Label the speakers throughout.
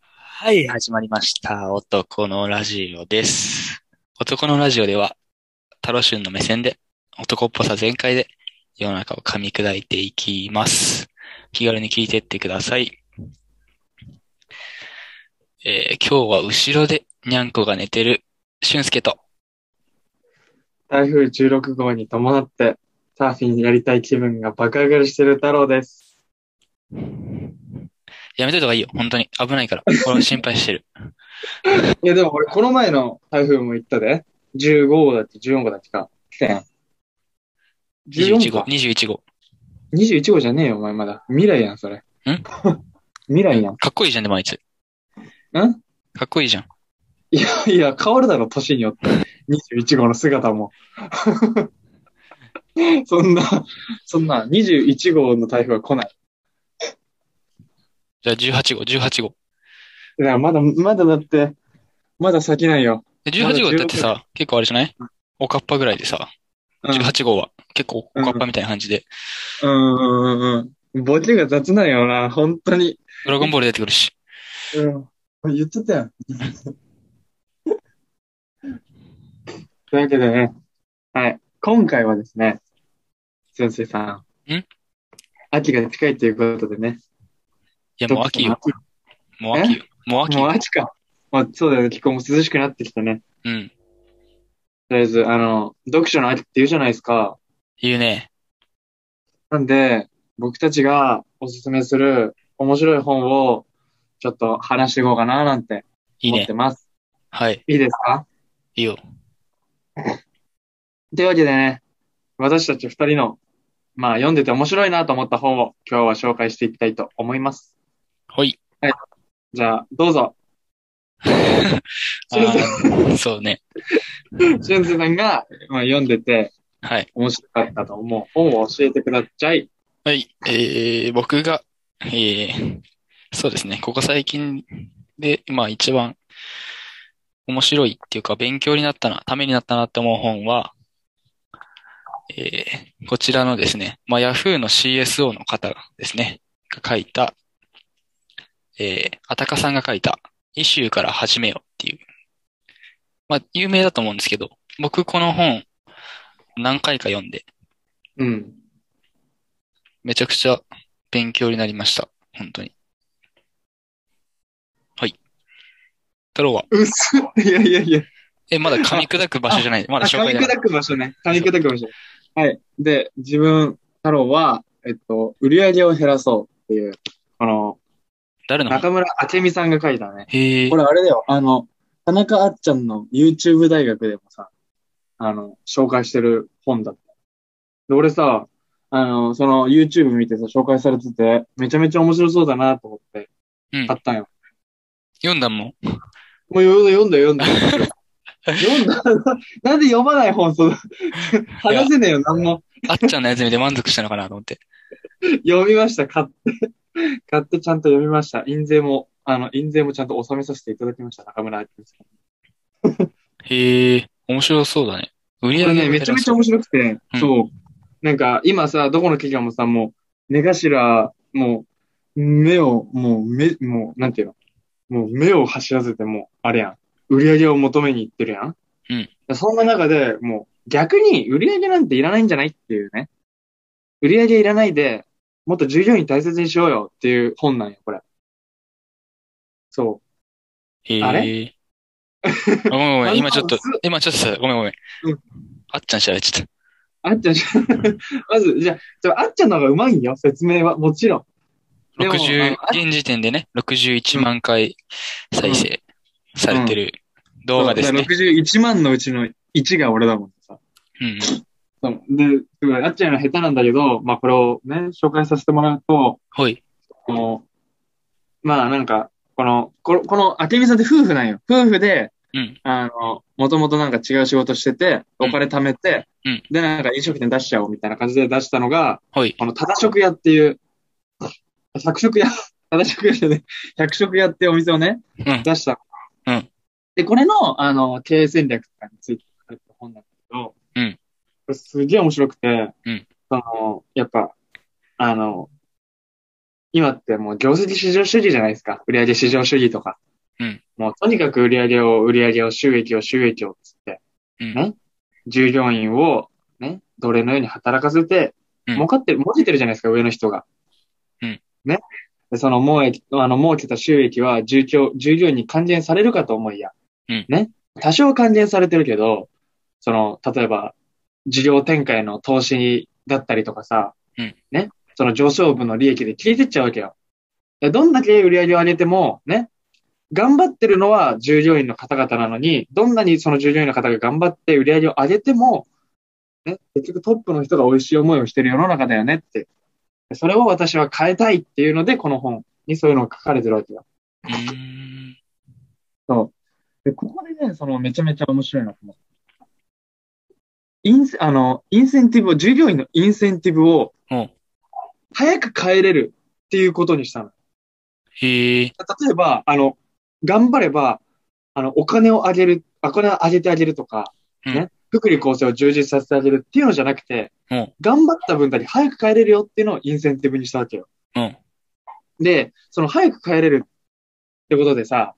Speaker 1: はい、始まりました。男のラジオです。男のラジオでは、タロシュンの目線で、男っぽさ全開で、世の中を噛み砕いていきます。気軽に聞いてってください。えー、今日は後ろでにゃんこが寝てる、俊介と。
Speaker 2: 台風16号に伴って、サーフィンやりたい気分が爆上がりしてる太郎です。
Speaker 1: やめといた方がいいよ。本当に。危ないから。俺心配 してる。
Speaker 2: いや、でも俺、この前の台風も行ったで。15号だって、14号だってか。来たやん。
Speaker 1: 21号、21号。
Speaker 2: 21号じゃねえよ、お前まだ。未来やん、それ。ん 未来やん。
Speaker 1: かっこいいじゃん、でもあいつ。ん
Speaker 2: か
Speaker 1: っこいいじゃん。
Speaker 2: いやいや、変わるだろ、年によって。21号の姿も。 そんな、そんな、21号の台風は来ない。
Speaker 1: じゃあ18号、18号。
Speaker 2: いや、まだ、まだだって、まだ先ないよ。
Speaker 1: 18号だってさ、結構あれじゃないおかっぱぐらいでさ、うん、18号は結構おかっぱみたいな感じで。
Speaker 2: うん、うんうんうん。ボケが雑なんよな、本当に。
Speaker 1: ドラゴンボール出てくるし。
Speaker 2: うん。言っちゃったよ。 というわけでね、はい。今回はですね、先生さ
Speaker 1: ん。ん
Speaker 2: 秋が近いということでね。
Speaker 1: いや、もう秋よ。もう秋よ。もう秋
Speaker 2: もう秋か。まあ、そうだよね。気候も涼しくなってきたね。
Speaker 1: うん。
Speaker 2: とりあえず、あの、読書の秋って言うじゃないですか。
Speaker 1: 言うね。
Speaker 2: なんで、僕たちがおすすめする面白い本を、ちょっと話していこうかななんて思ってます。いいね、
Speaker 1: はい。
Speaker 2: いいですか
Speaker 1: いいよ。
Speaker 2: というわけでね、私たち二人の、まあ読んでて面白いなと思った本を今日は紹介していきたいと思います。
Speaker 1: はい。
Speaker 2: はい。じゃあ、どうぞ。
Speaker 1: そうね。
Speaker 2: しゅんずさんが、まあ、読んでて、
Speaker 1: はい。
Speaker 2: 面白かったと思う本を教えてください。
Speaker 1: はい。えー、僕が、えー、そうですね。ここ最近で、まあ一番面白いっていうか、勉強になったな、ためになったなって思う本は、えー、こちらのですね、まあ Yahoo の CSO の方ですね、が書いた、えー、あたかさんが書いた、イシューから始めよっていう。まあ、有名だと思うんですけど、僕この本、何回か読んで。
Speaker 2: うん。
Speaker 1: めちゃくちゃ勉強になりました。本当に。はい。太郎は。
Speaker 2: うっす。いやいやいや。
Speaker 1: え、まだ噛み砕く場所じゃない。まだ
Speaker 2: 紹介噛み砕く場所ね。噛み砕く場所。はい。で、自分、太郎は、えっと、売り上げを減らそうっていう、この、
Speaker 1: 誰の
Speaker 2: 中村明美さんが書いたね。
Speaker 1: へ
Speaker 2: え。これあれだよ。あの、田中あっちゃんの YouTube 大学でもさ、あの、紹介してる本だった。で、俺さ、あの、その YouTube 見てさ、紹介されてて、めちゃめちゃ面白そうだなと思って、買ったんよ。
Speaker 1: うん、読んだもん。
Speaker 2: もう読んだ読んだ読んだ。読んだ なんで読まない本、その話せねえよ、なんも。
Speaker 1: あっちゃんのやつ見て満足したのかなと思って。
Speaker 2: 読みました、買って。買ってちゃんと読みました。印税も、あの、印税もちゃんと納めさせていただきました、中村明
Speaker 1: さん。へえ、面白そうだね。
Speaker 2: 売り上げね、めちゃめちゃ面白くて、うん、そう。なんか、今さ、どこの企業もさ、もう、目頭、もう、目を、もう、目、もう、なんていうのもう、目を走らせて、もう、あれやん。売り上げを求めに行ってるやん。
Speaker 1: うん。。
Speaker 2: そんな中で、もう、逆に売り上げなんていらないんじゃないっていうね。売り上げいらないで、もっと従業員大切にしようよっていう本なんよ、これ。そう
Speaker 1: へあれごめんごめん、今ちょっと、今ちょっとさ、ごめんごめん。うん、あっちゃんしゃべっちゃった。
Speaker 2: あっちゃん しゃ、まず、じゃあ、あっちゃんの方がうまいんよ、説明は。もちろ
Speaker 1: ん。60、現時点でね、61万回再生されてる動画ですね。うん
Speaker 2: うん、61万のうちの1が俺だもんさ。
Speaker 1: うん。
Speaker 2: そう。で、すごい、あっちゃんが下手なんだけど、まあこれをね、紹介させてもらうと、
Speaker 1: はい。
Speaker 2: この、まあなんか、この、この、この、あけみさんって夫婦なんよ。夫婦で、
Speaker 1: うん、
Speaker 2: あの、もともとなんか違う仕事してて、お金貯めて、
Speaker 1: うん、
Speaker 2: で、なんか飲食店出しちゃおうみたいな感じで出したのが、
Speaker 1: はい。
Speaker 2: この、ただ食屋っていう、 百食屋、ただ食屋じゃね、百食屋ってお店をね、
Speaker 1: うん、
Speaker 2: 出したで、これの、あの、経営戦略とかについて書かれてる本なんだけど、
Speaker 1: うん
Speaker 2: これすげえ面白くて、
Speaker 1: うん
Speaker 2: その、やっぱ、あの、今ってもう業績市場主義じゃないですか。売上市場主義とか。
Speaker 1: うん
Speaker 2: もうとにかく売上を、売上を、収益を、収益をっつって、
Speaker 1: うん
Speaker 2: ね従業員を、ね、奴隷のように働かせて、
Speaker 1: うん
Speaker 2: 儲かってる、儲けてるじゃないですか、上の人が。
Speaker 1: うん
Speaker 2: ね。でその儲益、あの、儲けた収益は、従業、従業員に還元されるかと思いや。
Speaker 1: うん
Speaker 2: ね。多少還元されてるけど、その、例えば、事業展開の投資だったりとかさ、
Speaker 1: うん
Speaker 2: ね。その上昇部の利益で消えてっちゃうわけよ。でどんだけ売り上げを上げても、ね。頑張ってるのは従業員の方々なのに、どんなにその従業員の方が頑張って売り上げを上げても、ね、結局トップの人が美味しい思いをしてる世の中だよねって。でそれを私は変えたいっていうので、この本にそういうのが書かれてるわけよ。
Speaker 1: うーん。
Speaker 2: で、ここでね、そのめちゃめちゃ面白いなと思った。インセ、あの、インセンティブを、従業員のインセンティブを
Speaker 1: うん、
Speaker 2: 早く変えれるっていうことにしたの。
Speaker 1: へえ。
Speaker 2: 例えば、あの、頑張れば、あの、お金をあげる、お金をあげてあげるとか、
Speaker 1: うん
Speaker 2: ね、福利厚生を充実させてあげるっていうのじゃなくて、
Speaker 1: うん
Speaker 2: 頑張った分だけ早く帰れるよっていうのをインセンティブにしたわけよ。
Speaker 1: うん。
Speaker 2: で、その早く帰れるってことでさ、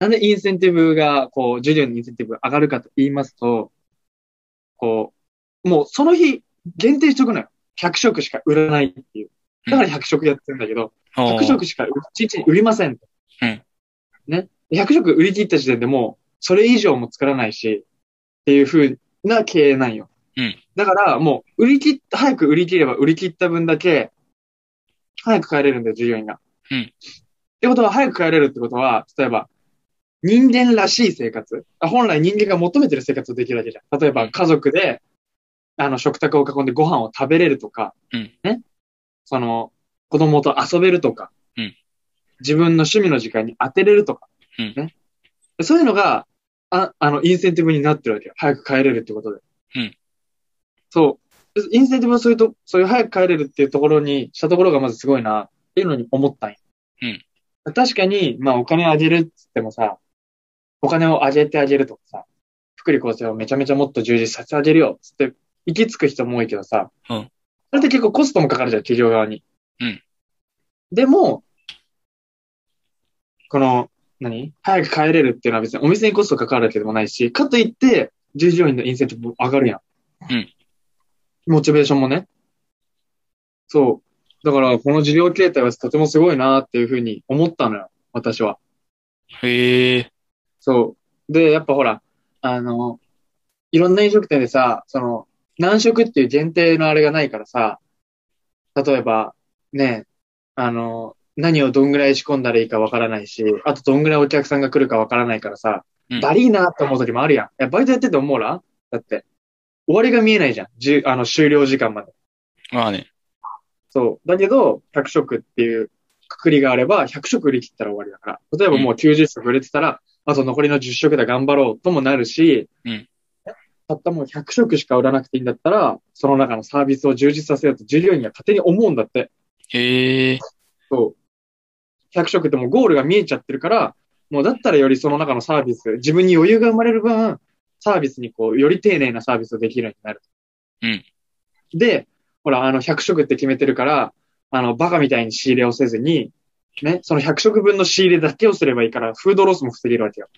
Speaker 2: なんでインセンティブが、こう、従業員のインセンティブが上がるかと言いますと、こう、もうその日限定しとくのよ。100食しか売らないっていう。だから100食やってるんだけど、
Speaker 1: お
Speaker 2: 100
Speaker 1: ー
Speaker 2: 食しか1日に売りません。
Speaker 1: うん
Speaker 2: ね。100食売り切った時点でもう、それ以上も作らないし、っていう風な経営なんよ。
Speaker 1: うん
Speaker 2: だから、もう、売り切った、早く売り切れば売り切った分だけ、早く帰れるんだよ、従業員が。
Speaker 1: うん
Speaker 2: ってことは、早く帰れるってことは、例えば、人間らしい生活。あ本来人間が求めてる生活をできるわけじゃん。例え
Speaker 1: う
Speaker 2: ば、
Speaker 1: ん
Speaker 2: 家族で、あの、食卓を囲んでご飯を食べれるとか、
Speaker 1: うん
Speaker 2: ね。その、子供と遊べるとか、
Speaker 1: うん
Speaker 2: 自分の趣味の時間に当てれるとか、
Speaker 1: うん
Speaker 2: ね、そういうのがあ、あの、インセンティブになってるわけよ。早く帰れるってことで。
Speaker 1: うん
Speaker 2: そう。インセンティブはそういうと、そういう早く帰れるっていうところにしたところがまずすごいな、っていうのに思ったんよ。確かに、まあお金あげるって言ってもさ、お金をあげてあげるとかさ、福利厚生をめちゃめちゃもっと充実させてあげるよ、つって、行き着く人も多いけどさ、
Speaker 1: うん
Speaker 2: それって結構コストもかかるじゃん、企業側に。
Speaker 1: うん
Speaker 2: でも、この、何早く帰れるっていうのは別にお店にコストかかるわけでもないし、かといって、従業員のインセンティブも上がるやん。
Speaker 1: うん。
Speaker 2: モチベーションもね。そう。だから、この事業形態はとてもすごいなっていうふうに思ったのよ、私は。
Speaker 1: へえ。
Speaker 2: そう。で、やっぱほら、あの、いろんな飲食店でさ、その、何食っていう限定のあれがないからさ、例えば、ね、あの、何をどんぐらい仕込んだらいいかわからないし、あとどんぐらいお客さんが来るかわからないからさ、
Speaker 1: うん
Speaker 2: だりーなって思う時もあるやん。いや、バイトやってて思うらだって、終わりが見えないじゃん。じゅ、あの、終了時間まで。
Speaker 1: まあね。
Speaker 2: そう。だけど、100食っていうくくりがあれば、100食売り切ったら終わりだから。例えばもう90食売れてたら、あと残りの10食で頑張ろうともなるし、
Speaker 1: うん
Speaker 2: たったもう100食しか売らなくていいんだったら、その中のサービスを充実させようと従業員が勝手に思うんだって。
Speaker 1: へえ。
Speaker 2: そう。100食ってもうゴールが見えちゃってるから、もうだったらよりその中のサービス、自分に余裕が生まれる分、サービスにこう、より丁寧なサービスをできるようになる。
Speaker 1: うん。
Speaker 2: で、ほら、あの、100食って決めてるから、あの、バカみたいに仕入れをせずに、ね、その100食分の仕入れだけをすればいいから、フードロスも防げるわけよ。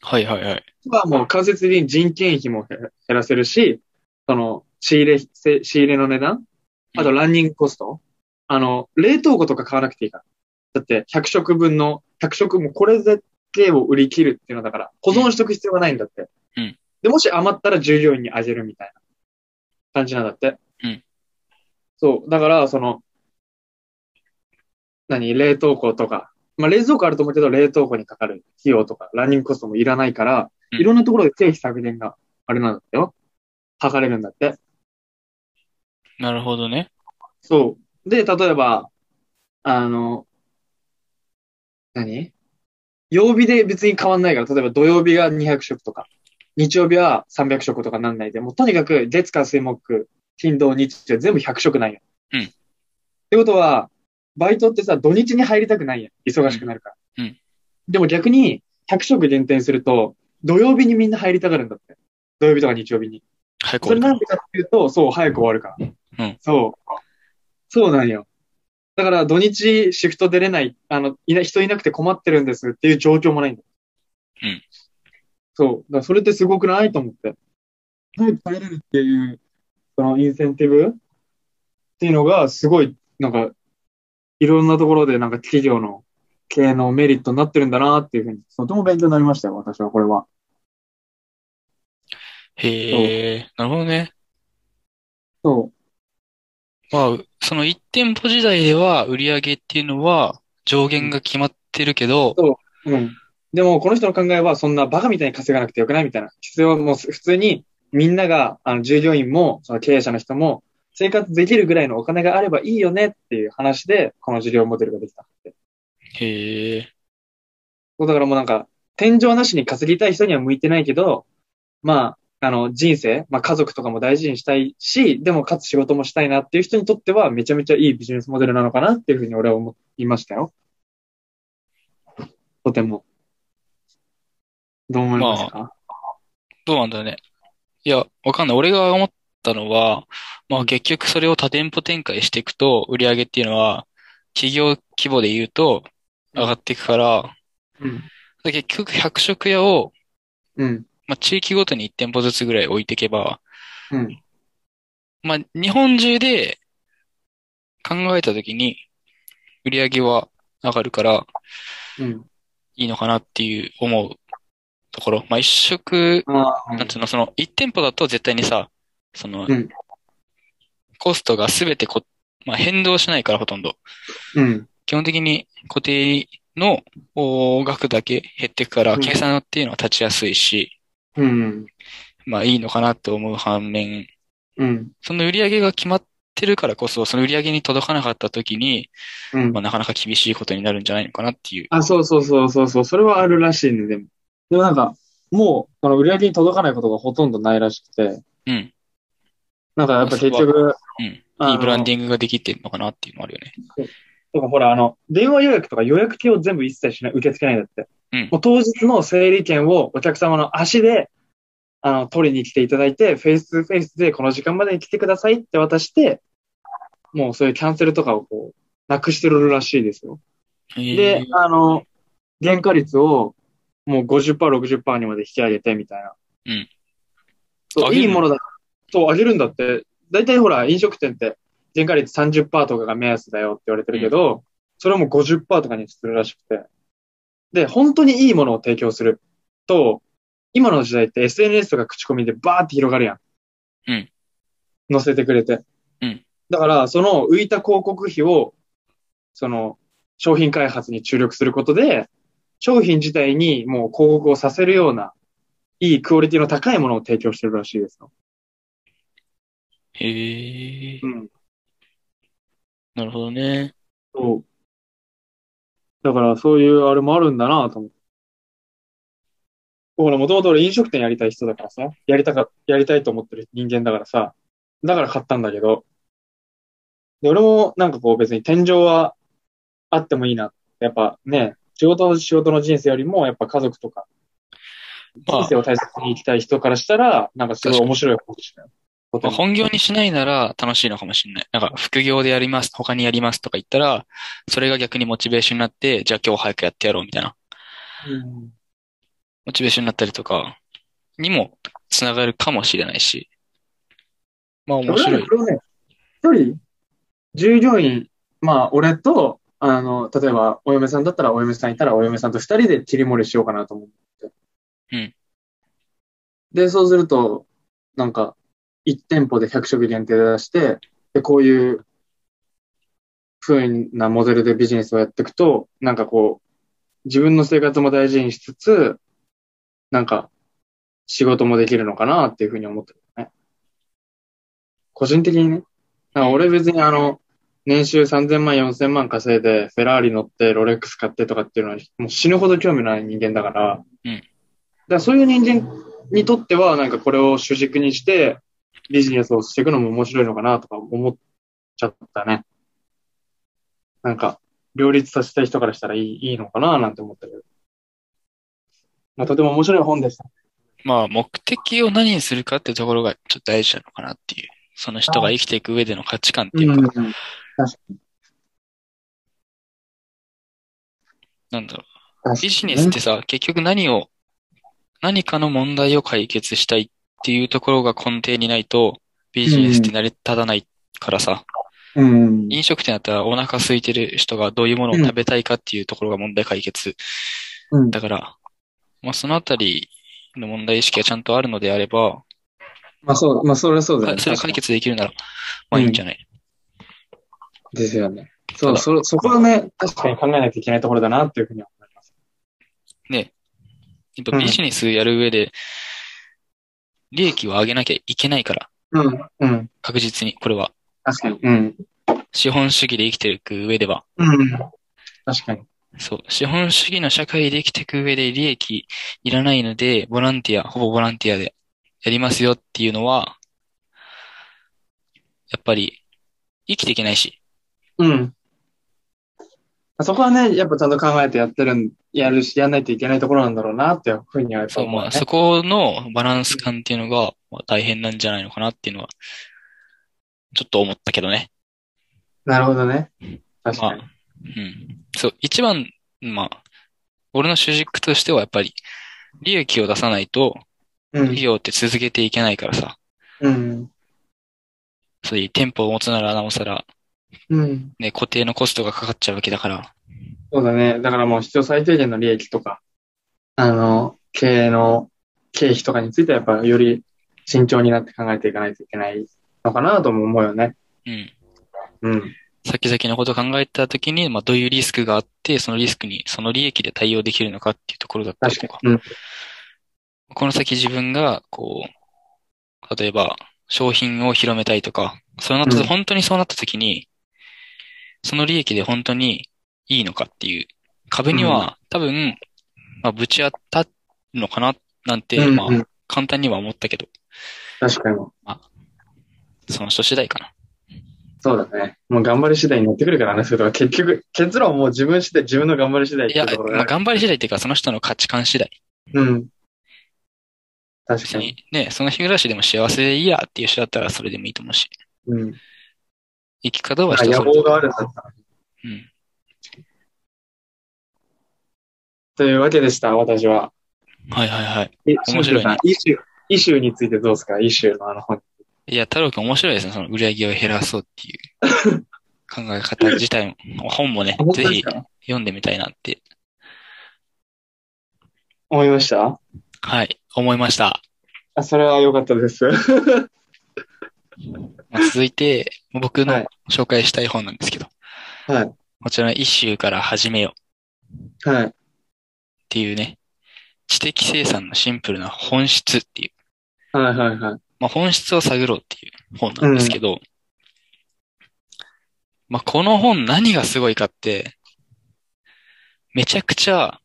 Speaker 1: はいはいはい。
Speaker 2: はもう間接的に人件費も減らせるし、その、仕入れ、せ仕入れの値段あとランニングコストあの、冷凍庫とか買わなくていいから。だって、100食分の、100食もこれだけを売り切るっていうのだから、保存しとく必要がないんだって。
Speaker 1: うん
Speaker 2: で、もし余ったら従業員にあげるみたいな感じなんだって。
Speaker 1: うん
Speaker 2: そう。だから、その、何冷凍庫とか。まあ、冷蔵庫あると思うけど、冷凍庫にかかる費用とか、ランニングコストもいらないから、
Speaker 1: うん
Speaker 2: いろんなところで経費削減があれなんだってよ。図れるんだって。
Speaker 1: なるほどね。
Speaker 2: そう。で、例えば、あの、何曜日で別に変わんないから、例えば土曜日が200食とか、日曜日は300食とかなんないで、もうとにかく月火水木、金土日で全部100食なんや。
Speaker 1: うん
Speaker 2: ってことは、バイトってさ、土日に入りたくないやん。忙しくなるから。
Speaker 1: うんうん
Speaker 2: でも逆に、100食限定にすると、土曜日にみんな入りたがるんだって。土曜日とか日曜日に。
Speaker 1: 早く
Speaker 2: そ
Speaker 1: 終
Speaker 2: れ
Speaker 1: わ
Speaker 2: なん
Speaker 1: る
Speaker 2: でかっていうと、そう、早く終わるから。
Speaker 1: うん
Speaker 2: そう。そうなんよ。だから土日シフト出れない、あの、いな人いなくて困ってるんですっていう状況もないんだ。
Speaker 1: うん。
Speaker 2: そう。だからそれってすごくないと思って。早く帰れるっていう、そのインセンティブっていうのがすごい、なんか、いろんなところでなんか企業の経営のメリットになってるんだなっていうふうに、とても勉強になりましたよ、私はこれは。
Speaker 1: へえ、なるほどね。
Speaker 2: そ
Speaker 1: まあ、その1店舗時代では売り上げっていうのは上限が決まってるけど、
Speaker 2: う。うん。でも、この人の考えは、そんなバカみたいに稼がなくてよくないみたいな。必要もう普通に、みんなが、あの、従業員も、その経営者の人も、生活できるぐらいのお金があればいいよねっていう話で、この事業モデルができたって。
Speaker 1: へえ、
Speaker 2: そうだからもうなんか、天井なしに稼ぎたい人には向いてないけど、まあ、あの、人生、まあ家族とかも大事にしたいし、でもかつ仕事もしたいなっていう人にとっては、めちゃめちゃいいビジネスモデルなのかなっていうふうに俺は思いましたよ。とても。どう思いますか、
Speaker 1: どうなんだろうね。いや、わかんない。俺が思ったのは、まあ結局それを多店舗展開していくと、売り上げっていうのは、企業規模で言うと上がっていくから、
Speaker 2: うん。
Speaker 1: 結局百食屋を、
Speaker 2: うん。
Speaker 1: まあ地域ごとに1店舗ずつぐらい置いていけば、
Speaker 2: うん。
Speaker 1: まあ日本中で考えたときに、売り上げは上がるから、
Speaker 2: うん。
Speaker 1: いいのかなっていう思うところ。まあ、一食、
Speaker 2: ああ、
Speaker 1: なんつうの、その、一店舗だと絶対にさ、その
Speaker 2: うん、
Speaker 1: コストがすべてこ、まあ、変動しないからほとんど。
Speaker 2: うん。
Speaker 1: 基本的に固定のお額だけ減っていくから、
Speaker 2: うん
Speaker 1: 計算っていうのは立ちやすいし、
Speaker 2: うん。
Speaker 1: まあ、いいのかなと思う反面、
Speaker 2: うん。
Speaker 1: その売り上げが決まってるからこそ、その売り上げに届かなかった時に、
Speaker 2: うん
Speaker 1: まあ、。なかなか厳しいことになるんじゃないのかなっていう。
Speaker 2: あ、そうそうそうそうそう、それはあるらしいね、でも。でもなんか、もう、その売り上げに届かないことがほとんどないらしくて、
Speaker 1: うん。
Speaker 2: なんかやっぱ結局、
Speaker 1: うん。
Speaker 2: あ
Speaker 1: いいブラン
Speaker 2: ィング。
Speaker 1: ディングができてるのかなっていうのもあるよね。
Speaker 2: とかほら、あの、電話予約とか予約系を全部一切しない、受け付けないんだって。
Speaker 1: うん
Speaker 2: もう当日の整理券をお客様の足で、あの、取りに来ていただいて、フェイストゥフェイスでこの時間までに来てくださいって渡して、もうそういうキャンセルとかをこう、なくしてるらしいですよ。
Speaker 1: へ
Speaker 2: で
Speaker 1: ー、
Speaker 2: あの、原価率をもう50%、60%にまで引き上げてみたいな。
Speaker 1: うん。
Speaker 2: そ
Speaker 1: 上
Speaker 2: う、
Speaker 1: げる
Speaker 2: いいものだ。そう、上げるんだって。だいたいほら、飲食店って原価率30%とかが目安だよって言われてるけど、それも50%とかにするらしくて。で、本当にいいものを提供すると、今の時代って SNS とか口コミでバーって広がるやん。
Speaker 1: うん。
Speaker 2: 載せてくれて。
Speaker 1: うん。
Speaker 2: だから、その浮いた広告費を、その、商品開発に注力することで、商品自体にもう広告をさせるような、いいクオリティの高いものを提供してるらしいですよ。
Speaker 1: へえ、
Speaker 2: ん。
Speaker 1: なるほどね。
Speaker 2: そう。だから、そういうあれもあるんだなと思って。ほら、もともと俺飲食店やりたい人だからさ、やりたか、やりたいと思ってる人間だからさ、だから買ったんだけど、で、俺もなんかこう別に天井はあってもいいな。やっぱね、仕事の仕事の人生よりも、やっぱ家族とか、
Speaker 1: ま
Speaker 2: 人
Speaker 1: あ
Speaker 2: 生、を大切に生きたい人からしたら、なんかすごい面白い方でしたよ。とて
Speaker 1: まあ
Speaker 2: も
Speaker 1: 本業にしないなら楽しいのかもしれない。なんか、副業でやります、他にやりますとか言ったら、それが逆にモチベーションになって、じゃあ今日早くやってやろうみたいな、
Speaker 2: うん
Speaker 1: モチベーションになったりとか、にもつながるかもしれないし。まあ面
Speaker 2: 俺
Speaker 1: 白
Speaker 2: ら
Speaker 1: い
Speaker 2: こ。れをね、一人、従業員、まあ、俺と、あの、例えば、お嫁さんだったら、お嫁さんいたら、お嫁さんと二人で切り盛りしようかなと思って。
Speaker 1: うん。
Speaker 2: で、そうすると、なんか、一店舗で100食限定で出して、で、こういう、風なモデルでビジネスをやっていくと、なんかこう、自分の生活も大事にしつつ、なんか、仕事もできるのかなっていうふうに思ってるね。個人的にね。なんか俺別にあの、年収3000万、4000万稼いで、フェラーリ乗って、ロレックス買ってとかっていうのは、もう死ぬほど興味ない人間だから。
Speaker 1: うん
Speaker 2: だからそういう人間にとっては、なんかこれを主軸にして、ビジネスをしていくのも面白いのかなとか思っちゃったね。なんか、両立させたい人からしたらいいいいのかななんて思ったけど。まあ、とても面白い本でした。
Speaker 1: まあ、目的を何にするかっていうところがちょっと大事なのかなっていう。その人が生きていく上での価値観っていうか、
Speaker 2: ん、確かに。
Speaker 1: なんだろう。
Speaker 2: 確
Speaker 1: ビジネスってさ、結局何を、何かの問題を解決したいっていうところが根底にないと、ビジネスって成り立たないからさ、
Speaker 2: うん。
Speaker 1: 飲食店だったらお腹空いてる人がどういうものを食べたいかっていうところが問題解決
Speaker 2: うん
Speaker 1: だから、まあそのあたりの問題意識がちゃんとあるのであれば、
Speaker 2: まあそう、まあそれはそうだ
Speaker 1: か
Speaker 2: よね。
Speaker 1: それが 解決できるなら、まあいいんじゃない
Speaker 2: ですよね。そ
Speaker 1: た
Speaker 2: う、
Speaker 1: だ
Speaker 2: そ、そこはね、確かに考えなきゃいけないところだなっていうふうには思います。
Speaker 1: やっぱビジネスやる上で、利益を上げなきゃいけないから、
Speaker 2: うん、うん。
Speaker 1: 確実に、これは。
Speaker 2: 確かに。うん。
Speaker 1: 資本主義で生きていく上では、
Speaker 2: うん。確かに。
Speaker 1: そう。資本主義の社会で生きていく上で利益いらないので、ボランティア、ほぼボランティアでやりますよっていうのは、やっぱり生きていけないし、
Speaker 2: うん。そこはね、やっぱちゃんと考えてやってるん、やるし、やんないといけないところなんだろうなっていうふうにはやっぱ
Speaker 1: そう、
Speaker 2: 思う
Speaker 1: まあ、
Speaker 2: ね。
Speaker 1: そこのバランス感っていうのが、まあ、大変なんじゃないのかなっていうのは、ちょっと思ったけどね。
Speaker 2: なるほどね。確
Speaker 1: ま
Speaker 2: か
Speaker 1: あ
Speaker 2: に。、
Speaker 1: うん。そう、一番、まあ、俺の主軸としてはやっぱり、利益を出さないと、
Speaker 2: うん
Speaker 1: 企業って続けていけないからさ、
Speaker 2: うん。
Speaker 1: そういう店舗を持つならなおさら、
Speaker 2: うん。
Speaker 1: ね、固定のコストがかかっちゃうわけだから、
Speaker 2: そうだね。だからもう必要最低限の利益とか、あの、経営の経費とかについてはやっぱより慎重になって考えていかないといけないのかなとも思うよね。
Speaker 1: うん。
Speaker 2: うん。
Speaker 1: 先々のことを考えたときに、まあ、どういうリスクがあって、そのリスクに、その利益で対応できるのかっていうところだったり
Speaker 2: 確
Speaker 1: と
Speaker 2: か
Speaker 1: か、
Speaker 2: に。うん。
Speaker 1: この先自分が、こう、例えば、商品を広めたいとか、そうなった、
Speaker 2: うん
Speaker 1: 本当にそうなったときに、その利益で本当にいいのかっていう、壁には、多分、まあ、ぶち当たるのかな、なんて、
Speaker 2: うん
Speaker 1: まあ
Speaker 2: うん、
Speaker 1: 簡単には思ったけど、
Speaker 2: 確かに。
Speaker 1: その人次第かな。
Speaker 2: そうだね。もう頑張り次第になってくるからね、それとか結局、結論はもう自分次第、自分の頑張り次第っ
Speaker 1: い
Speaker 2: てい
Speaker 1: や、
Speaker 2: うところ
Speaker 1: まあ、
Speaker 2: が。
Speaker 1: 頑張り次第っていうか、その人の価値観次第。
Speaker 2: うん。確
Speaker 1: 別
Speaker 2: かに。
Speaker 1: にね、その日暮らしでも幸せでいいやっていう人だったらそれでもいいと思うし、
Speaker 2: うん。
Speaker 1: 生き方は
Speaker 2: あ
Speaker 1: 人
Speaker 2: 野
Speaker 1: それぞ
Speaker 2: 望
Speaker 1: れ。
Speaker 2: があるんだったら。
Speaker 1: うん。
Speaker 2: というわけでした、私は。
Speaker 1: はいはいはい。
Speaker 2: 面
Speaker 1: 面白いね。
Speaker 2: イシュー、イシューについてどうですかイシューのあの本。
Speaker 1: いや、太郎くん面白いですね。その売り上げを減らそうっていう 考え方自体も、本もね、ぜひ読んでみたいなって、
Speaker 2: 思いました
Speaker 1: はい、思いました。
Speaker 2: あ、それは良かったです。
Speaker 1: まあ続いて、僕
Speaker 2: は
Speaker 1: の
Speaker 2: い
Speaker 1: 紹介したい本なんですけど、
Speaker 2: はい。
Speaker 1: こちらの一周から始めようっ
Speaker 2: はい。
Speaker 1: ていうね、知的生産のシンプルな本質っていう、
Speaker 2: はいはいはい。
Speaker 1: まあ、本質を探ろうっていう本なんですけど、まあ、この本何がすごいかって、めちゃくちゃ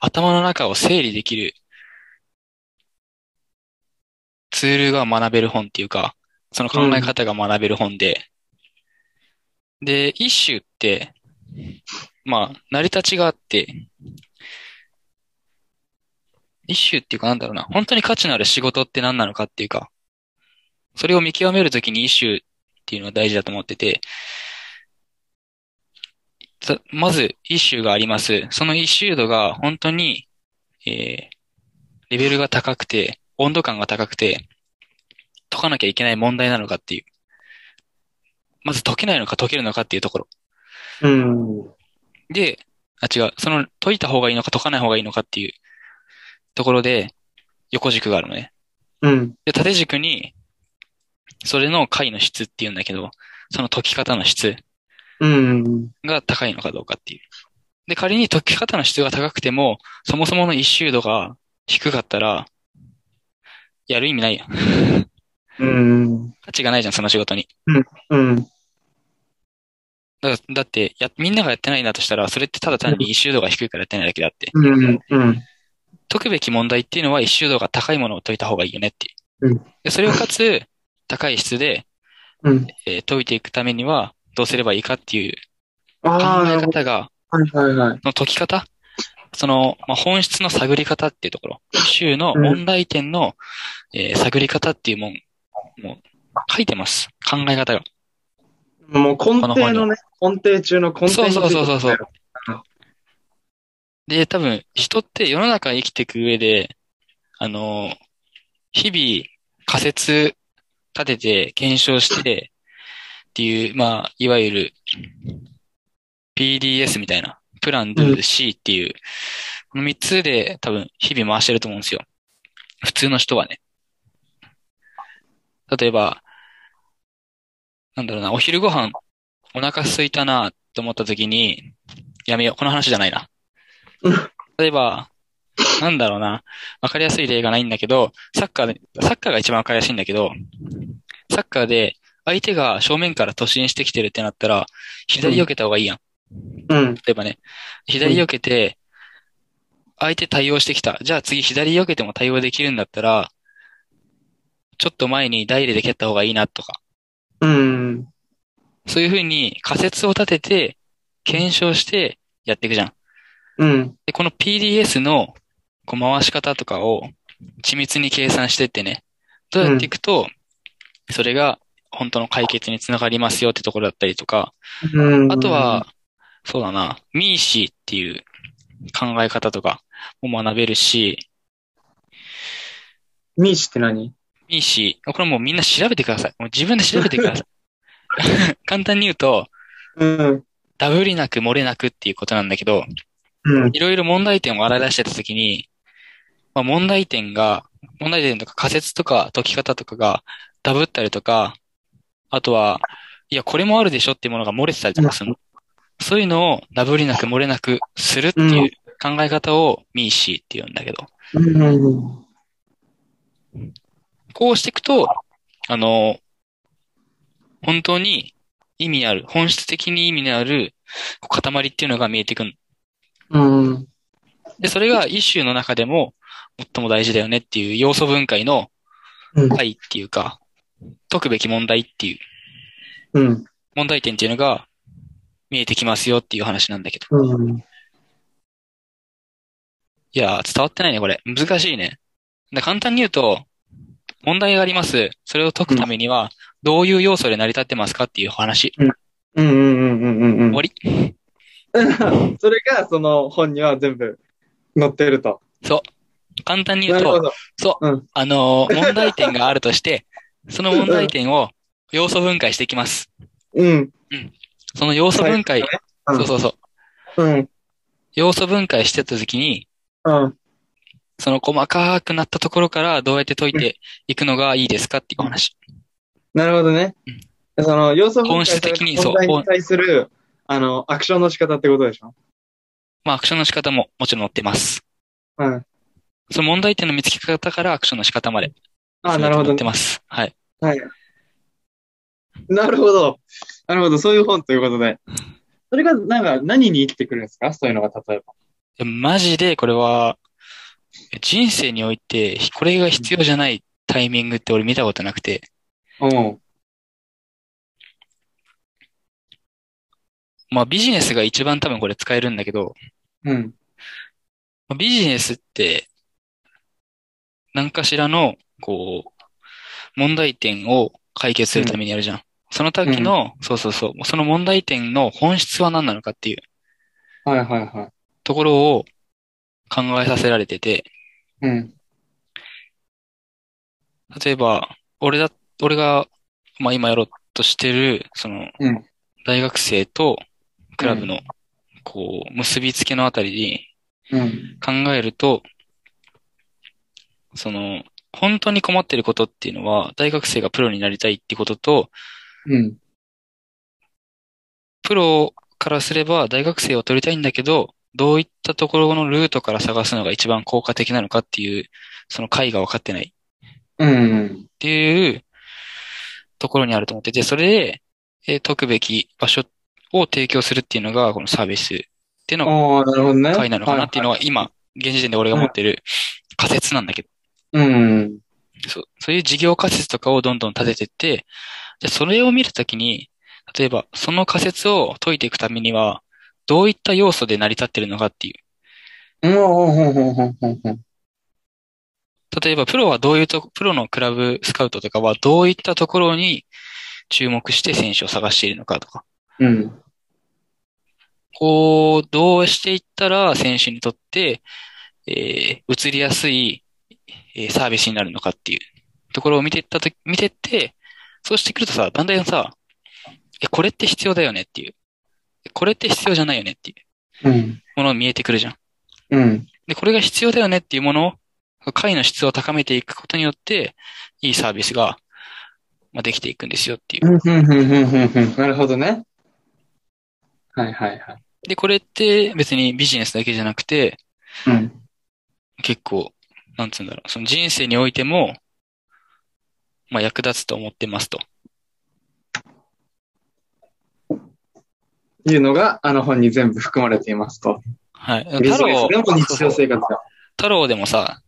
Speaker 1: 頭の中を整理できるツールが学べる本っていうか、その考え方が学べる本で、で、一周って、まあ、成り立ちがあって、一種っていうかなんだろうな、本当に価値のある仕事って何なのかっていうか、それを見極めるときに一種っていうのは大事だと思ってて、さまず一種があります。その一種度が本当に、えー、レベルが高くて、温度感が高くて、解かなきゃいけない問題なのかっていう。まず解けないのか解けるのかっていうところ。
Speaker 2: うん。
Speaker 1: で、あ、違う。その、解いた方がいいのか解かない方がいいのかっていうところで、横軸があるのね。
Speaker 2: うん。
Speaker 1: で、縦軸に、それの解の質っていうんだけど、その解き方の質
Speaker 2: うん。
Speaker 1: が高いのかどうかっていう。で、仮に解き方の質が高くても、そもそもの一周度が低かったら、やる意味ないやん。
Speaker 2: うん。
Speaker 1: 価値がないじゃん、その仕事に。
Speaker 2: うん。
Speaker 1: だからだって、や、みんながやってないんだとしたら、それってただ単に一周度が低いからやってないだけであって。
Speaker 2: うん。うん。
Speaker 1: 解くべき問題っていうのは一周度が高いものを解いた方がいいよねっていうう。でそれをかつ、高い質で、
Speaker 2: うん。
Speaker 1: えー解いていくためには、どうすればいいかっていう考
Speaker 2: ああ、な
Speaker 1: え
Speaker 2: るほ
Speaker 1: 方が、
Speaker 2: ど。はいはいはい。
Speaker 1: の解き方その、まあ、本質の探り方っていうところ、週の
Speaker 2: うん
Speaker 1: 問題点の、えー探り方っていうもん、もう書いてます。考え方が。
Speaker 2: もう根底のね、根底中の根底
Speaker 1: そう
Speaker 2: について
Speaker 1: そうそうそうそう
Speaker 2: 考えろ。
Speaker 1: で、多分、人って世の中生きていく上で、あの、日々仮説立てて検証してっていう、まあ、いわゆる PDS みたいな、プラン、ドゥ、C っていう、この3つで多分日々回してると思うんですよ。普通の人はね。例えば、なんだろうな、お昼ご飯お腹空いたなって思った時に、やめよう。この話じゃないな
Speaker 2: うん。
Speaker 1: 例えば、なんだろうな。わかりやすい例がないんだけど、サッカーで、サッカーが一番わかりやすいんだけど、サッカーで相手が正面から突進してきてるってなったら、左避けた方がいいやん。
Speaker 2: うん。
Speaker 1: 例えばね、左避けて、相手対応してきた。じゃあ次左避けても対応できるんだったら、ちょっと前にダイレで蹴った方がいいなとか。
Speaker 2: うん。
Speaker 1: そういうふうに仮説を立てて、検証してやっていくじゃん。
Speaker 2: うん。
Speaker 1: で、この PDS のこう回し方とかを緻密に計算してってね、どうやっていくと、それが本当の解決につながりますよってところだったりとか、
Speaker 2: うん。
Speaker 1: あとは、そうだな、ミーシーっていう考え方とかも学べるし、
Speaker 2: ミーシって何
Speaker 1: ミーシー、これもうみんな調べてください。もう自分で調べてくださ い。簡単に言うと、
Speaker 2: うん。
Speaker 1: ダブりなく漏れなくっていうことなんだけど、
Speaker 2: うん。
Speaker 1: いろいろ問題点を洗い出してたときに、まあ、問題点が、問題点とか仮説とか解き方とかがダブったりとか、あとは、いや、これもあるでしょっていうものが漏れてたりとかするの。そういうのをダブりなく漏れなくするっていう考え方をミーシーって言うんだけど、
Speaker 2: うん。
Speaker 1: こうしていくと、あの、本当に意味ある、本質的に意味のあるこう塊っていうのが見えてくる。
Speaker 2: うん。
Speaker 1: で、それがイシューの中でも最も大事だよねっていう要素分解の
Speaker 2: うん。
Speaker 1: 解っていうか、解くべき問題っていう、
Speaker 2: うん。
Speaker 1: 問題点っていうのが見えてきますよっていう話なんだけど。
Speaker 2: うん。
Speaker 1: いやー、伝わってないね、これ。難しいね。で簡単に言うと、問題があります。それを解くためには、どういう要素で成り立ってますかっていう話。
Speaker 2: うんうんうんうんう
Speaker 1: 終
Speaker 2: ん
Speaker 1: わり。
Speaker 2: うん。それが、その本には全部載ってると。
Speaker 1: 簡単に言
Speaker 2: な
Speaker 1: う
Speaker 2: るほ
Speaker 1: と、
Speaker 2: ど。
Speaker 1: そう、
Speaker 2: うん
Speaker 1: あのー問題点があるとして、その問題点を要素分解していきます。
Speaker 2: うん。
Speaker 1: その要素分解、
Speaker 2: はいうん
Speaker 1: そうそうそう。
Speaker 2: うん。
Speaker 1: 要素分解してたときに、
Speaker 2: うん。
Speaker 1: その細かくなったところからどうやって解いていくのがいいですかっていうお話。
Speaker 2: なるほどね。その、要素
Speaker 1: 本質的にそう
Speaker 2: 問題に対する、あの、アクションの仕方ってことでしょ
Speaker 1: まあ、アクションの仕方ももちろん載ってます。
Speaker 2: うん。
Speaker 1: その問題点の見つけ方からアクションの仕方まで。
Speaker 2: あ、なるほど
Speaker 1: 載っ
Speaker 2: ね
Speaker 1: て。ます。はい。
Speaker 2: はい。なるほど。なるほど。そういう本ということで。それが、なんか、何に生きてくるんですかそういうのが、例えば。
Speaker 1: いやマジでこれは、人生において、これが必要じゃないタイミングって俺見たことなくて、
Speaker 2: うん。
Speaker 1: まあビジネスが一番多分これ使えるんだけど、
Speaker 2: うん。
Speaker 1: まあビジネスって、何かしらの、こう、問題点を解決するためにやるじゃん。その時の、そうそうそう、その問題点の本質は何なのかっていう
Speaker 2: はいはいはい。
Speaker 1: ところを考えさせられてて、
Speaker 2: うん。
Speaker 1: 例えば、俺だ、俺が、まあ今やろうとしてる、その
Speaker 2: うん、
Speaker 1: 大学生とクラブの、こう、結びつけのあたりに、
Speaker 2: うん。
Speaker 1: 考えると、その、本当に困ってることっていうのは、大学生がプロになりたいってことと、
Speaker 2: うん。
Speaker 1: プロからすれば大学生を取りたいんだけど、どういったところのルートから探すのが一番効果的なのかっていう、その解が分かってない
Speaker 2: うん。
Speaker 1: っていうところにあると思ってて、それで、えー解くべき場所を提供するっていうのが、このサービスっていうのが
Speaker 2: おー、なるほどね。
Speaker 1: 解なのかなっていうの
Speaker 2: は
Speaker 1: は、今、現時点で俺が持ってる仮説なんだけど
Speaker 2: いはい。うん。
Speaker 1: そう、そういう事業仮説とかをどんどん立ててって、で、それを見るときに、例えば、その仮説を解いていくためには、どういった要素で成り立ってるのかっていう
Speaker 2: うん、うん、うん、うん、うん、うん。
Speaker 1: 例えば、プロはどういうとこ、プロのクラブスカウトとかはどういったところに注目して選手を探しているのかとか、
Speaker 2: うん、
Speaker 1: こう、どうしていったら選手にとって、えー移りやすい、えーサービスになるのかっていうところを見ていったとき、見てって、そうしてくるとさ、だんだんさ、え、これって必要だよねっていう。えこれって必要じゃないよねっていう
Speaker 2: うん、
Speaker 1: ものが見えてくるじゃん。
Speaker 2: うん、
Speaker 1: で、これが必要だよねっていうものを、会の質を高めていくことによって、いいサービスが、まあ、できていくんですよっていう。
Speaker 2: うん、うん、うん、うん。なるほどね。はい、はい、はい。
Speaker 1: で、これって別にビジネスだけじゃなくて、
Speaker 2: うん、
Speaker 1: 結構、なんつうんだろう、その人生においても、まあ、役立つと思ってますと。
Speaker 2: いうのが、あの本に全部含まれていますと。
Speaker 1: はい。
Speaker 2: ビジネス
Speaker 1: 太郎、
Speaker 2: でも日常生活が。
Speaker 1: 太郎でもさ、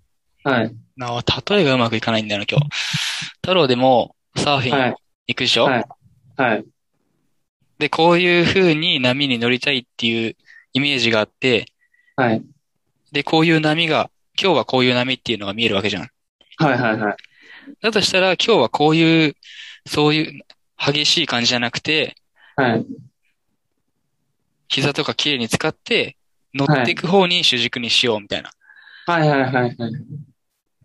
Speaker 2: はい、
Speaker 1: なお、例えがうまくいかないんだよな、今日。太郎でも、サーフ
Speaker 2: は
Speaker 1: ィン
Speaker 2: い、
Speaker 1: 行くでしょ
Speaker 2: はいはい。
Speaker 1: で、こういう風に波に乗りたいっていうイメージがあって、
Speaker 2: はい。
Speaker 1: で、こういう波が、今日はこういう波っていうのが見えるわけじゃん。
Speaker 2: はいはいはい。
Speaker 1: だとしたら、今日はこういう、そういう激しい感じじゃなくて、
Speaker 2: はい。
Speaker 1: 膝とか綺麗に使って、乗っていく方に主軸にしようみたいな。
Speaker 2: はいはいはいはい。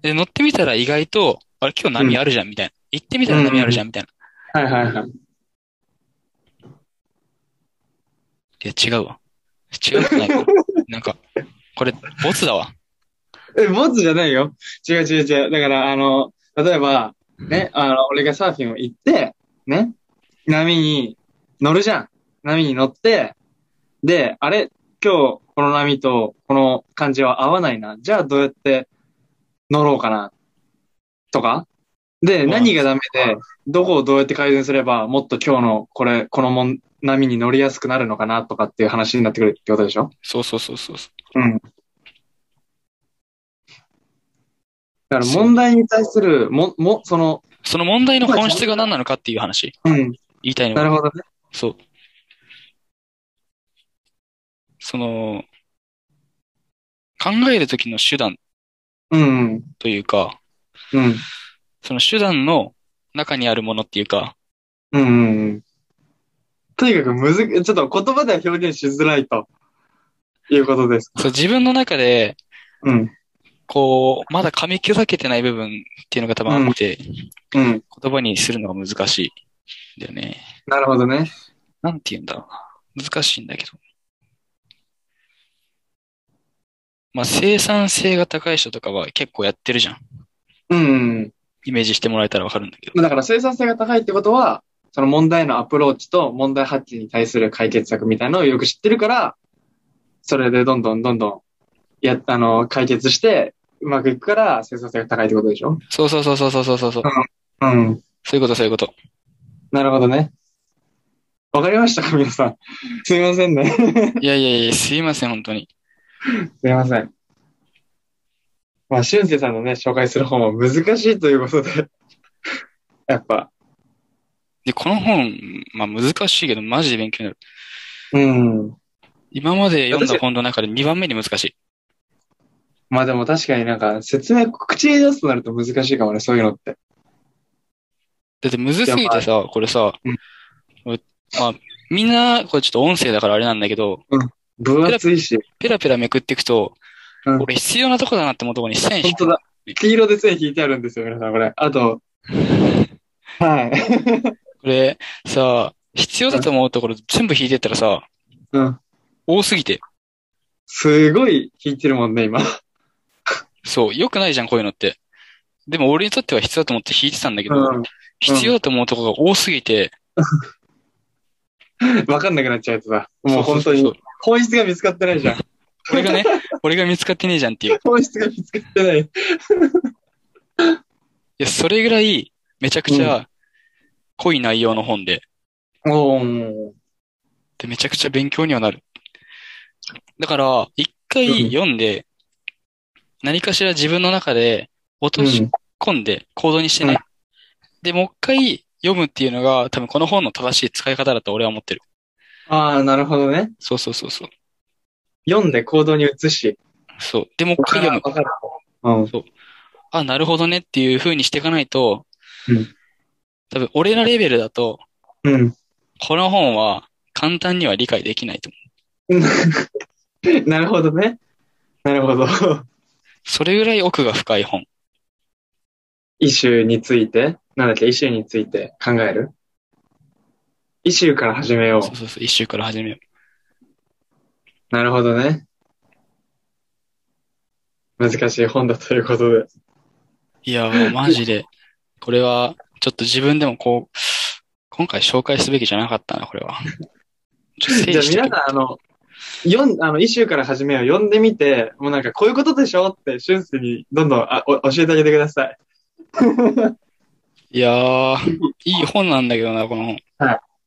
Speaker 1: で、乗ってみたら意外と、あれ今日波あるじゃんみたいな。行ってみたら波あるじゃんみたいな。
Speaker 2: はいはいはい。
Speaker 1: いや、違うわ。違うくないか。 なんか、これ、ボツだわ。
Speaker 2: え、ボツじゃないよ。違う違う違う。だから、あの、例えば、ね、あの、俺がサーフィンを行って、ね、波に乗るじゃん。波に乗って、で、あれ、今日この波とこの感じは合わないな。じゃあどうやって乗ろうかな。とかで、
Speaker 1: うん
Speaker 2: 何がダメで、どこをどうやって改善すれば、もっと今日のこれ、このもん波に乗りやすくなるのかなとかっていう話になってくるってことでしょ
Speaker 1: そうそうそうそうそ
Speaker 2: うん。だから問題に対する、も、も、その、
Speaker 1: う。その問題の本質が何なのかっていう話。
Speaker 2: うん、
Speaker 1: 言いたいの
Speaker 2: な
Speaker 1: が。
Speaker 2: るほどね。
Speaker 1: そう。その、考えるときの手段
Speaker 2: うん、
Speaker 1: というか、
Speaker 2: うん、
Speaker 1: その手段の中にあるものっていうか、
Speaker 2: うん、うんうん。とにかくむず、ちょっと言葉では表現しづらいと、いうことです。
Speaker 1: そう自分の中で、
Speaker 2: うん、
Speaker 1: こう、まだ噛み砕けてない部分っていうのが多分あって、
Speaker 2: うん。
Speaker 1: 言葉にするのが難しいんだよね。
Speaker 2: なるほどね。
Speaker 1: なんて言うんだろうな。難しいんだけど。まあ、生産性が高い人とかは結構やってるじゃん。
Speaker 2: うんうん。
Speaker 1: イメージしてもらえたらわかるんだけど。
Speaker 2: だから生産性が高いってことは、その問題のアプローチと問題発見に対する解決策みたいなのをよく知ってるから、それでどんどんどんどん、や、あの、解決して、うまくいくから生産性が高いってことでしょ
Speaker 1: そうそうそうそうそうそうそう。そう
Speaker 2: うん。
Speaker 1: いうことそういうこと。
Speaker 2: なるほどね。わかりましたか皆さん。すいませんね。
Speaker 1: いやいやいや、すいません、本当に。
Speaker 2: すいません。まあ、俊介さんのね、紹介する本は難しいということで、やっぱ、
Speaker 1: で、この本、まあ難しいけど、マジで勉強になる。
Speaker 2: うん。
Speaker 1: 今まで読んだ本の中で2番目に難しい。
Speaker 2: まあでも確かになんか説明、口に出すとなると難しいかもね、そういうのって。
Speaker 1: だってむずすぎてさ、これさ、
Speaker 2: うん
Speaker 1: まあ、みんな、これちょっと音声だからあれなんだけど、
Speaker 2: 分厚いし。
Speaker 1: ペラペラめくっていくと、
Speaker 2: うん
Speaker 1: これ必要なとこだなって思うとこに線
Speaker 2: 本
Speaker 1: 引
Speaker 2: 当
Speaker 1: く。
Speaker 2: だ。黄色で線引いてあるんですよ、皆さん、これ。あ と、はい。
Speaker 1: これ、さ、必要だと思うところ全部引いてったらさ、
Speaker 2: うん。
Speaker 1: 多すぎて。
Speaker 2: すごい引いてるもんね、今。
Speaker 1: そう、良くないじゃん、こういうのって。でも俺にとっては必要だと思って引いてたんだけど、
Speaker 2: う
Speaker 1: 必要だと思うとこが多すぎて、
Speaker 2: ん。わかんなくなっちゃうやつだ。もう本当
Speaker 1: そう
Speaker 2: に
Speaker 1: そう。
Speaker 2: 本質が見つかってないじゃん。
Speaker 1: そう。俺がね、 俺が見つかってねえじゃんっていう。い
Speaker 2: 本質が見つかってない。
Speaker 1: や、それぐらい、めちゃくちゃ濃い内容の本で、
Speaker 2: おー。
Speaker 1: で、めちゃくちゃ勉強にはなる。だから、一回読んで、何かしら自分の中で落とし込んで行動にしてね。
Speaker 2: うん
Speaker 1: で、もう一回読むっていうのが、多分この本の正しい使い方だと俺は思ってる。
Speaker 2: ああ、なるほどね。
Speaker 1: そうそうそうそう。
Speaker 2: 読んで行動に移し、
Speaker 1: そう。で、もう一回読む。
Speaker 2: わかる。うん。
Speaker 1: あ、なるほどねっていう風にしていかないと
Speaker 2: うん、
Speaker 1: 多分俺らレベルだと、
Speaker 2: うん。
Speaker 1: この本は簡単には理解できないと思
Speaker 2: なるほどね。なるほど。
Speaker 1: う。それぐらい奥が深い本。
Speaker 2: イシューについて、なんだっけ、イシューについて考えるイシューから始めよ
Speaker 1: そうそうそう、一週から始めよ
Speaker 2: う。なるほどね。難しい本だということ で。
Speaker 1: う。いや、もうマジで、これは、ちょっと自分でもこう、今回紹介すべきじゃなかったな、これは。ちょっと整
Speaker 2: じゃ
Speaker 1: 理
Speaker 2: あ
Speaker 1: して
Speaker 2: 皆さん、あの、読ん、あの、イシューから始めよう。読んでみて、もうなんかこういうことでしょって、俊介にどんどんあお教えてあげてください。
Speaker 1: いやー、いい本なんだけどな、この本。
Speaker 2: い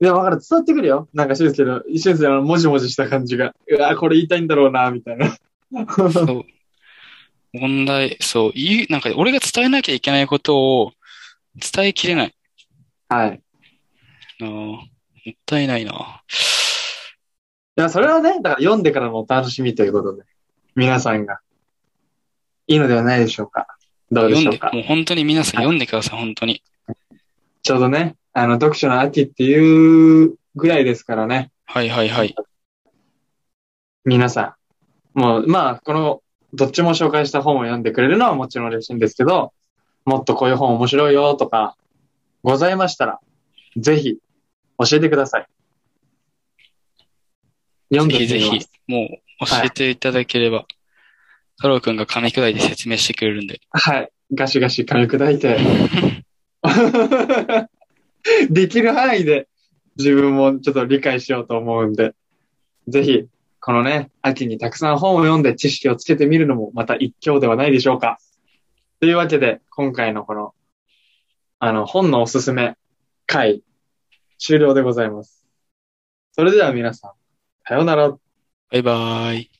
Speaker 2: や、わかる。伝わってくるよ。なんか俊介の、俊介のもじもじした感じが。うわ、これ言いたいんだろうな、みたい な。
Speaker 1: そう。問題、そう、言う、なんか俺が伝えなきゃいけないことを伝えきれない。
Speaker 2: はい。
Speaker 1: あーもったいないな。
Speaker 2: いや、それはね、だから読んでからのお楽しみということで、皆さんが、いいのではないでしょうか。どうで
Speaker 1: 読
Speaker 2: し
Speaker 1: ん
Speaker 2: ょ
Speaker 1: で
Speaker 2: う、か。
Speaker 1: もう本当に皆さん読んでください、本当に。
Speaker 2: ちょうどね、あの、読書の秋っていうぐらいですからね、
Speaker 1: はいはいはい。
Speaker 2: 皆さん。もう、まあ、この、どっちも紹介した本を読んでくれるのはもちろん嬉しいんですけど、もっとこういう本面白いよとか、ございましたら、ぜひ、教えてください。読んで
Speaker 1: ぜ
Speaker 2: み
Speaker 1: ひぜ
Speaker 2: てみま
Speaker 1: ひ
Speaker 2: す。、
Speaker 1: もう教えていただければ、太郎くんが噛み砕いて説明してくれるんで。
Speaker 2: はい。ガシガシ噛み砕いて。 できる範囲で自分もちょっと理解しようと思うんで、ぜひ、このね、秋にたくさん本を読んで知識をつけてみるのもまた一興ではないでしょうか。というわけで、今回のこの、あの、本のおすすめ回、終了でございます。それでは皆さん、さようなら。
Speaker 1: バイバーイ。